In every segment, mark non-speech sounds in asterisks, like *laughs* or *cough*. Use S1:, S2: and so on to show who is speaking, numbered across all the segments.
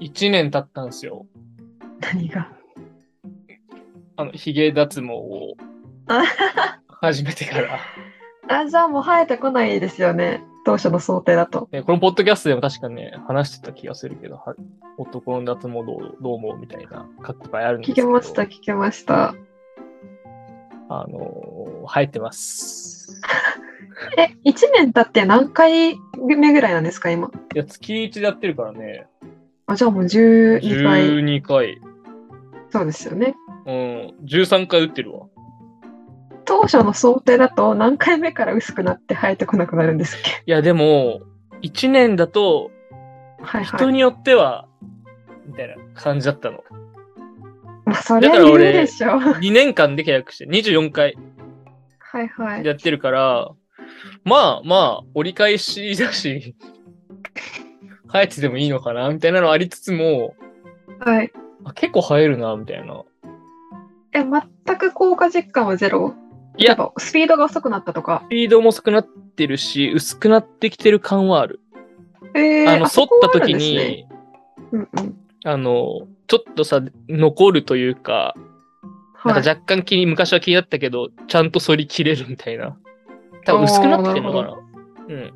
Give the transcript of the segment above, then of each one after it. S1: 1年経ったんですよ。
S2: 何が。
S1: あの、ヒゲ脱毛を
S2: あ
S1: 始めてから。
S2: あ、じゃあもう生えてこないですよね。当初の想定だと。
S1: ね、このポッドキャストでも確かね、話してた気がするけど、は男の脱毛どうどう思うみたいな書く場合あるんです
S2: 聞
S1: け
S2: き
S1: ど。
S2: ました、聞きました。
S1: あのー、生えてます。
S2: え、1年経って何回目ぐらいなんですか、今。
S1: いや、月1でやってるからね、
S2: あ、じゃあもう12回。
S1: 12回、
S2: そうですよね。
S1: うん、13回打ってるわ。
S2: 当初の想定だと何回目から薄くなって生えてこなくなるんですっけ。
S1: いや、でも、1年だと、
S2: はいは
S1: 人
S2: い。
S1: によっては、みたいな感じだったの。
S2: *laughs* まあ、それは
S1: だから
S2: 言う
S1: 俺
S2: でしょ。は
S1: 2年間で契約して、24回
S2: いはい。
S1: やってるから、まあまあ、折り返しだし、 *laughs* 生えててもいいのかな、みたいなのありつつも、
S2: はい。
S1: あ結構生えるな、みたいな。
S2: え、全く効果実感はゼロ
S1: いや
S2: っぱスピードが遅くなったとか
S1: ス。ピードも遅くなってるし、薄くなってきてる感はある。
S2: えー、
S1: あの、剃った時
S2: そこはあるんですね
S1: に、
S2: うんうん。
S1: あの、ちょっとさ、残るというか、なんか
S2: はい。
S1: 若干気に、昔は気になったけど、ちゃんと反り切れるみたいな。多分薄くなってきてんのかな。うん。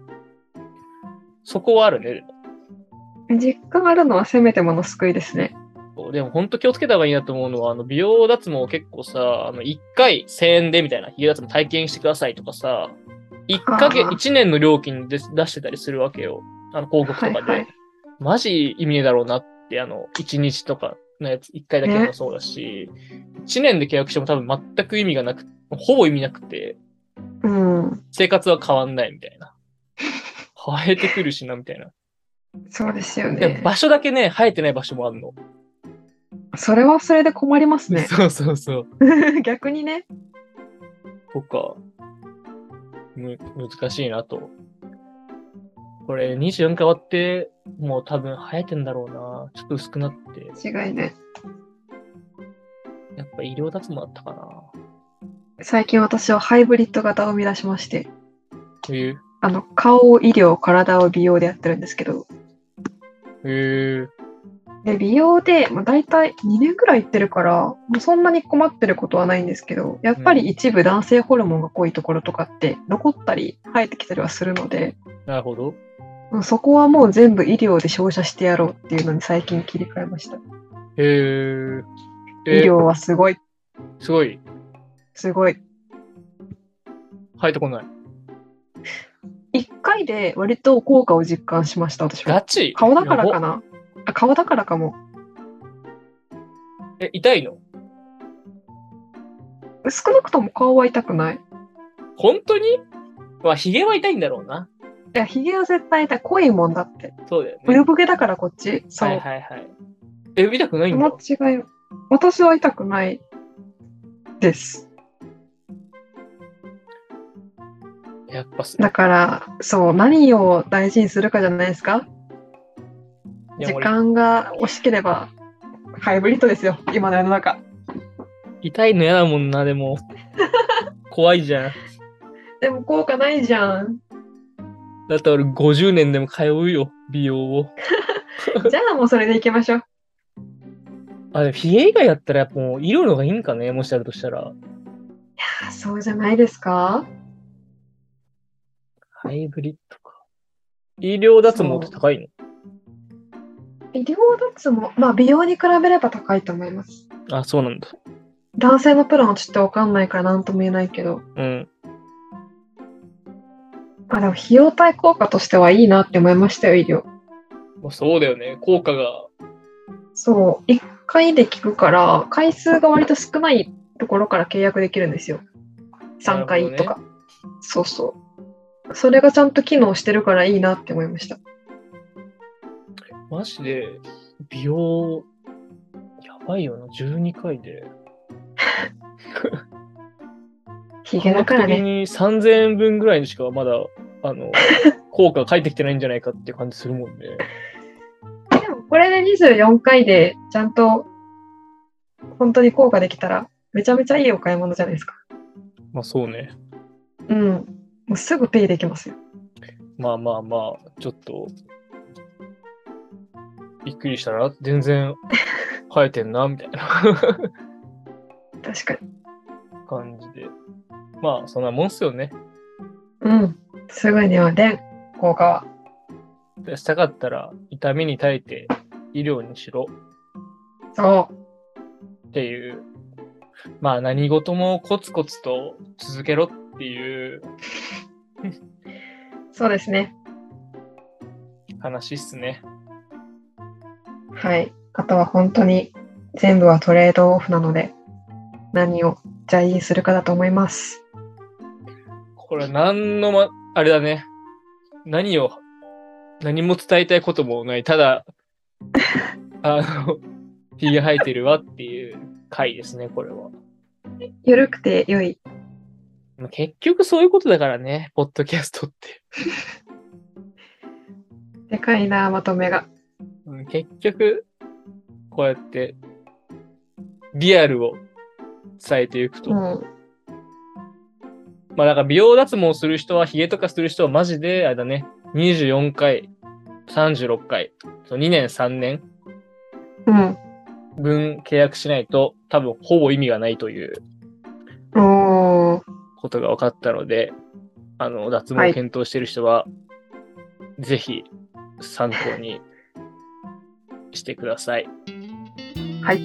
S1: そこはあるね。でも
S2: 実感あるのはせめてもの救いですね。
S1: そうでも本当気をつけた方がいいなと思うのは、あの、美容脱毛結構さ、あの、1回1000円でみたいな、髭脱毛体験してくださいとかさ、1ヶ月、
S2: あー
S1: 1年の料金で出してたりするわけよ。あの、広告とかで。
S2: はいはい
S1: マジ意味ねえだろうなって、あの、1日とかのやつ、1回だけもそうだし、1年で契約しても多分全く意味がなく、ほぼ意味なくて、
S2: うん。
S1: 生活は変わんないみた
S2: *laughs*
S1: いな。生えてくるしな、みたいな。
S2: そうですよ
S1: でも
S2: ね。
S1: 場所だけね、生えてない場所もあるの。
S2: それはそれで困りますね。
S1: そうそうそう。
S2: *laughs* 逆にね。
S1: とか、む、難しいなと。これ、24回終わって、もう多分生えてんだろうな。ちょっと薄くなって。
S2: 違いない。
S1: やっぱ医療脱毛だったかな。
S2: 最近私はハイブリッド型を生み出しまして、
S1: という。
S2: あの、顔を医療、体を美容でやってるんですけど、
S1: へえ。
S2: で、美容で、まあ、大体2年くらい行ってるから、もうそんなに困ってることはないんですけど、やっぱり一部男性ホルモンが濃いところとかって残ったり生えてきたりはするので、
S1: なるほど。
S2: うんそこはもう全部医療で照射してやろうっていうのに最近切り替えました。
S1: へえ。
S2: 医
S1: え
S2: 療はすごい、
S1: すごい。
S2: すごい。
S1: 生えてこない。
S2: 一回で割と効果を実感しました、私
S1: ガ
S2: は。
S1: チ
S2: 顔だからか
S1: な。
S2: なあ顔だからかも。
S1: え、痛いの
S2: 少なくとも顔は痛くない。い
S1: 本当にまあ、髭は痛いんだろうな。
S2: や、髭は絶対痛い。濃いもんだって。
S1: そうだよね。
S2: 産毛だからこっち。そう。
S1: はいはいはい。え、痛くないんだ。
S2: 気持ちがよ私は痛くないです。
S1: やっぱす、
S2: だから、そう、何を大事にするかじゃないですか
S1: いや
S2: 時
S1: 俺
S2: 間が惜しければ、ハイブリッドですよ、今の世の中。
S1: 痛いの嫌だもんな、で
S2: *laughs*
S1: も。怖いじゃん。
S2: でも効果ないじ
S1: *laughs*
S2: ゃん。
S1: だって俺50年でも通うよ、美容を。
S2: じゃあもうそれでいきましょう。
S1: あ、でも、冷え以外だったらやっぱもう、医療の方がいいんかね、もしあるとしたら。
S2: あそうじゃないですか
S1: ハイブリッドか。医療脱毛って高いの
S2: 医療脱毛、まあ美容に比べれば高いと思います。
S1: あ、そうなんだ。
S2: 男性のプランはちょっとわかんないから何とも言えないけど、
S1: うん。
S2: まあでも費用対効果としてはいいなって思いましたよ、医療。
S1: まあそうだよね、効果が。
S2: そう、一回で聞くから、回数が割と少ないところから契約できるんですよ。3回とか。そうそう。それがちゃんと機能してるからいいなって思いました。
S1: マジで、美容、やばいよな、12回で。
S2: ヒゲだからね。
S1: 感覚的に3000円分ぐらいにしかまだ、あ *laughs* の、効果が返ってきてないんじゃないかって感じするもんね。
S2: でもこれで24回でちゃんと本当に効果できたら、めちゃめちゃいいお買い物じゃないですか。
S1: まあそうね。
S2: うん。もうすぐペイできますよ。
S1: まあまあまあ、ちょっと、びっくりしたら、全然生えてんな、みたいな
S2: 確かに。
S1: 感じで。まあ、そんなもんっすよね。
S2: うん。すごいね、おでん。効果は。
S1: でしたかったら、痛みに耐えて、医療にしろ
S2: そう。
S1: っていう。まあ、何事もコツコツと続けろっていう
S2: そうですね。
S1: 話っすね。
S2: はい。あとは本当に全部はトレードオフなので、何をジャイするかだと思います。
S1: これ、何のま、あれだね。何を、何も伝えたいこともない。た
S2: *laughs*
S1: だ、あの、ひげ生えてるわっていう回ですね、これは。
S2: ゆるくて良い。
S1: まあ結局そういうことだからね、ポッドキャストって。
S2: でかいな、まとめが。
S1: うん結局、こうやって、リアルを伝えていくと。
S2: うん。
S1: まあ、だから美容脱毛する人は、ヒゲとかする人はマジで、あれだね、24回、36回、そう2年、3年
S2: うん。
S1: 分契約しないと、多分ほぼ意味がないという
S2: おー。
S1: ことが分かったので、あの、脱毛を検討している人は、ぜひ参考にしてください。
S2: はい。